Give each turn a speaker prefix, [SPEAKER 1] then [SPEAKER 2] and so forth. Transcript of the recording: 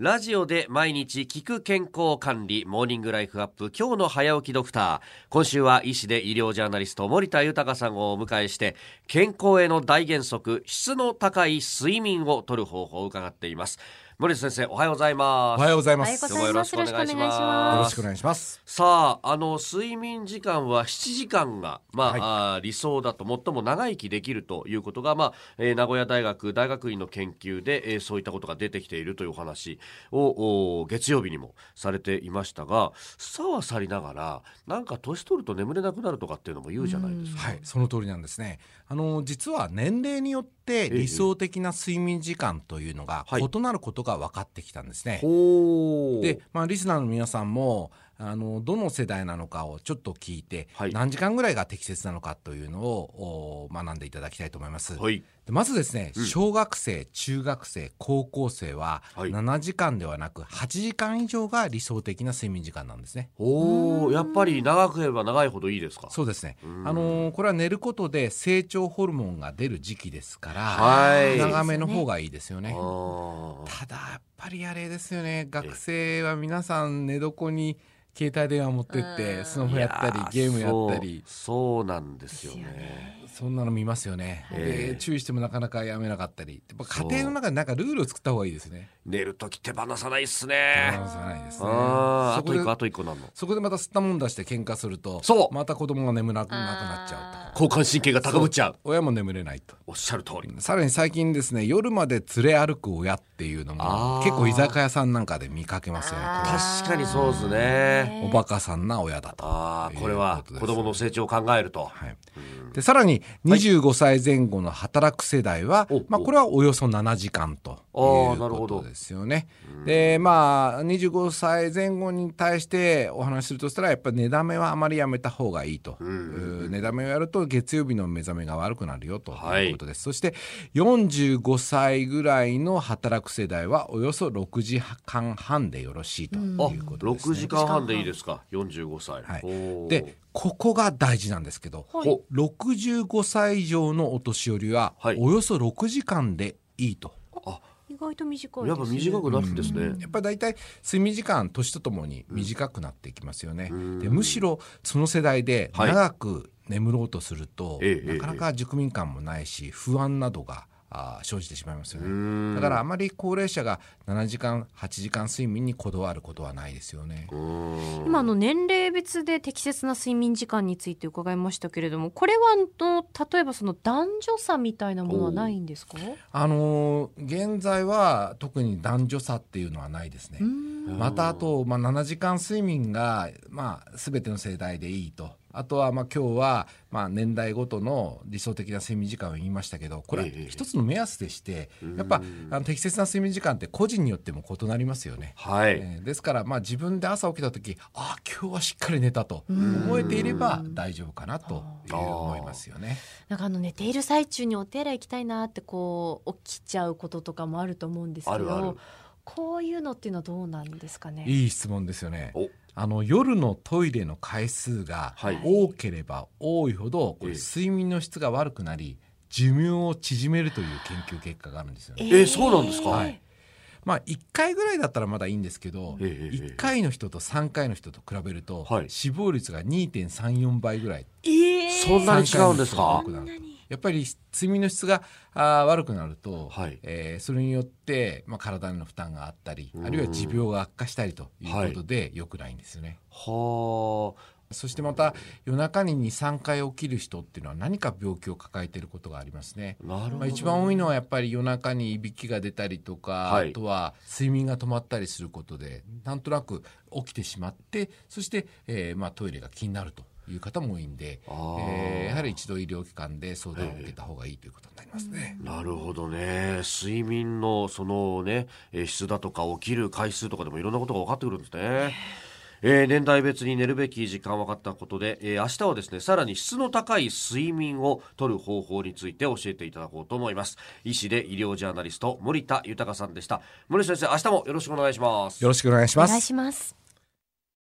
[SPEAKER 1] ラジオで毎日聞く健康管理モーニングライフアップ今日の早起きドクター今週は医師で医療ジャーナリスト森田豊さんをお迎えして健康への大原則質の高い睡眠をとる方法を伺っています森田先生おはようございます
[SPEAKER 2] おはようございま
[SPEAKER 3] おはよう
[SPEAKER 2] す。
[SPEAKER 3] ご
[SPEAKER 2] よ
[SPEAKER 3] ざいます。
[SPEAKER 1] ど
[SPEAKER 3] よ
[SPEAKER 1] うもよ
[SPEAKER 3] ろしくお
[SPEAKER 1] ろ
[SPEAKER 3] 願
[SPEAKER 1] し
[SPEAKER 3] い
[SPEAKER 1] く
[SPEAKER 3] し
[SPEAKER 1] お願いしま
[SPEAKER 2] ろ
[SPEAKER 3] ま
[SPEAKER 1] よ
[SPEAKER 2] し
[SPEAKER 3] す。
[SPEAKER 2] くお願いします。
[SPEAKER 1] さああの睡眠時間は7時間が、まあ
[SPEAKER 2] はい
[SPEAKER 1] あー理想だと最も長生きできるということが、まあえー名古屋大学大学院の研究で、えーそういったことが出てきているというお話をおー月曜日にもされていましたがさはさりながらなんか年取ると眠れなくなるとかっていうのも言うじゃないですか。
[SPEAKER 2] はい、その通りなんですね。あの実は年齢によって理想的な睡眠時間というのが
[SPEAKER 1] はい
[SPEAKER 2] 異なることが分かってきたんですね。
[SPEAKER 1] ほー
[SPEAKER 2] で、まあリスナーの皆さんもあのどの世代なのかをちょっと聞いて、
[SPEAKER 1] はい
[SPEAKER 2] 何時間ぐらいが適切なのかというのをお学んでいただきたいと思います。
[SPEAKER 1] はい
[SPEAKER 2] でまずですね、小学生、中学生、高校生は
[SPEAKER 1] はい
[SPEAKER 2] 7時間ではなく8時間以上が理想的な睡眠時間なんですね。
[SPEAKER 1] おーやっぱり長くやれば長いほどいいですか。
[SPEAKER 2] そうですね。あのーこれは寝ることで成長ホルモンが出る時期ですから、
[SPEAKER 1] はい
[SPEAKER 2] 長めの方がいいですよ
[SPEAKER 1] あ。
[SPEAKER 2] ね
[SPEAKER 1] ー
[SPEAKER 2] ただやっぱりあれですよね。学生は皆さん寝床に携帯電話持ってってスマホやったり
[SPEAKER 1] いー
[SPEAKER 2] ゲームやったり
[SPEAKER 1] そうそうなんですよね。
[SPEAKER 2] そんなの見ますよね。
[SPEAKER 1] ええ
[SPEAKER 2] で注意してもなかなかやめなかったり、やっぱ
[SPEAKER 1] そう
[SPEAKER 2] 家庭の中でなんかルールを作った方がいいですね。
[SPEAKER 1] 寝るとき手放さないっす
[SPEAKER 2] 手
[SPEAKER 1] ね。
[SPEAKER 2] 放さないですね。
[SPEAKER 1] あーあ
[SPEAKER 2] そことで
[SPEAKER 1] 一個あと一個なの。
[SPEAKER 2] そこでまた吸ったもん出して喧嘩すると、
[SPEAKER 1] そう
[SPEAKER 2] また子供が眠らなくなっちゃうとか。
[SPEAKER 1] 交感神経が高ぶっちゃう。
[SPEAKER 2] 親も眠れないと。
[SPEAKER 1] おっしゃる通り。
[SPEAKER 2] さらに最近ですね夜まで連れ歩く親っていうの
[SPEAKER 1] あ
[SPEAKER 2] も
[SPEAKER 1] ー
[SPEAKER 2] 結構居酒屋さんなんかで見かけますよねこ
[SPEAKER 1] 確かにそうですね。
[SPEAKER 2] れおバカさんな親だと。
[SPEAKER 1] ああ、これは子供の成長を考えると。
[SPEAKER 2] はい、でさらに25歳前後の働く世代は、
[SPEAKER 1] お
[SPEAKER 2] まあ、
[SPEAKER 1] お
[SPEAKER 2] これはおよそ7時間という
[SPEAKER 1] ああなるほ
[SPEAKER 2] こ
[SPEAKER 1] ど
[SPEAKER 2] とですよね。でまあ25歳前後に対してお話しするとしたらやっぱり寝だめはあまりやめた方がいいと、うん寝だめをやると月曜日の目覚めが悪くなるよと
[SPEAKER 1] はい
[SPEAKER 2] いうことです、そして45歳ぐらいの働く世代はおよそ6時間半でよろしいという
[SPEAKER 1] あ
[SPEAKER 2] ことです、ね。
[SPEAKER 1] 6時間半でいいですか。45歳。
[SPEAKER 2] はい
[SPEAKER 1] おー
[SPEAKER 2] で、ここが大事なんですけど、
[SPEAKER 1] はい
[SPEAKER 2] 65歳以上のお年寄りは
[SPEAKER 1] はい
[SPEAKER 2] およそ6時間でいいと、
[SPEAKER 1] あ、
[SPEAKER 3] 意外と短い
[SPEAKER 1] や
[SPEAKER 3] で
[SPEAKER 1] っ
[SPEAKER 3] す、
[SPEAKER 1] ぱ
[SPEAKER 3] ね。
[SPEAKER 1] 短くなるんですね。
[SPEAKER 2] やっぱり大体睡眠時間年とともに短くなっていきますよね、でむしろその世代で
[SPEAKER 1] はい
[SPEAKER 2] 長く眠ろうとすると、
[SPEAKER 1] ええ
[SPEAKER 2] なかなか熟眠感もないし不安などがあー生じてしまいますよねだからあまり高齢者が7時間8時間睡眠にこだわることはないですよね、
[SPEAKER 3] 今あの年齢別で適切な睡眠時間について伺いましたけれども、これはあの例えばその男女差みたいなものはないんですか？
[SPEAKER 2] あのー現在は特に男女差っていうのはないですね。またあと、まあ、7時間睡眠が、まあ、全ての世代でいいとあとは、まあ、今日は、まあ、年代ごとの理想的な睡眠時間を言いましたけどこれは
[SPEAKER 1] ええ
[SPEAKER 2] 一つの目安でして、やっぱあの適切な睡眠時間って個人によっても異なりますよね。
[SPEAKER 1] はい。
[SPEAKER 2] えーですから、まあ、自分で朝起きた時ああ今日はしっかり寝たと思えていれば大丈夫かなという思いますよね。
[SPEAKER 3] なんかあの寝ている最中にお手洗い行きたいなってこう起きちゃうこととかもあると思うんですけど、
[SPEAKER 1] あるある
[SPEAKER 3] こういうのっていうのはどうなんですかね？
[SPEAKER 2] いい質問ですよね。
[SPEAKER 1] お、
[SPEAKER 2] あの夜のトイレの回数が
[SPEAKER 1] はい
[SPEAKER 2] 多ければ多いほど、これ
[SPEAKER 1] ええ
[SPEAKER 2] 睡眠の質が悪くなり寿命を縮めるという研究結果があるんですよね。
[SPEAKER 1] えーそうなんですか
[SPEAKER 2] はいまあ1回ぐらいだったらまだいいんですけど、
[SPEAKER 1] ええええ
[SPEAKER 2] 1回の人と3回の人と比べると、
[SPEAKER 1] はい
[SPEAKER 2] 死亡率が2.34倍ぐらい
[SPEAKER 3] えー
[SPEAKER 1] そんなに違うんですか
[SPEAKER 2] 3回の人が多くなるとやっぱり睡眠の質があー悪くなると、
[SPEAKER 1] はい
[SPEAKER 2] えーそれによって、まあ、体への負担があったりあるいは持病が悪化したりということで良くないんですよね。
[SPEAKER 1] は
[SPEAKER 2] そしてまた夜中に23回起きる人っていうのは何か病気を抱えていることがありますね。
[SPEAKER 1] あ。なるほ
[SPEAKER 2] ま
[SPEAKER 1] ど。
[SPEAKER 2] あ、一番多いのはやっぱり夜中にいびきが出たりとか、
[SPEAKER 1] はい
[SPEAKER 2] あとは睡眠が止まったりすることでなんとなく起きてしまってそして、えーまあ、トイレが気になるという方も多いんで、え
[SPEAKER 1] あー
[SPEAKER 2] ーやはり一度医療機関で相談を受けた方がいいということになりますね。
[SPEAKER 1] なるほどね睡眠のそのねえー質だとか起きる回数とかでもいろんなことが分かってくるんですね。えー年代別に寝るべき時間分かったことで、えー明日はですねさらに質の高い睡眠をとる方法について教えていただこうと思います医師で医療ジャーナリスト森田豊さんでした森田先生明日もよろしくお願いします
[SPEAKER 2] よろしくお願いし
[SPEAKER 3] お
[SPEAKER 2] ま
[SPEAKER 3] 願い
[SPEAKER 2] す
[SPEAKER 3] します。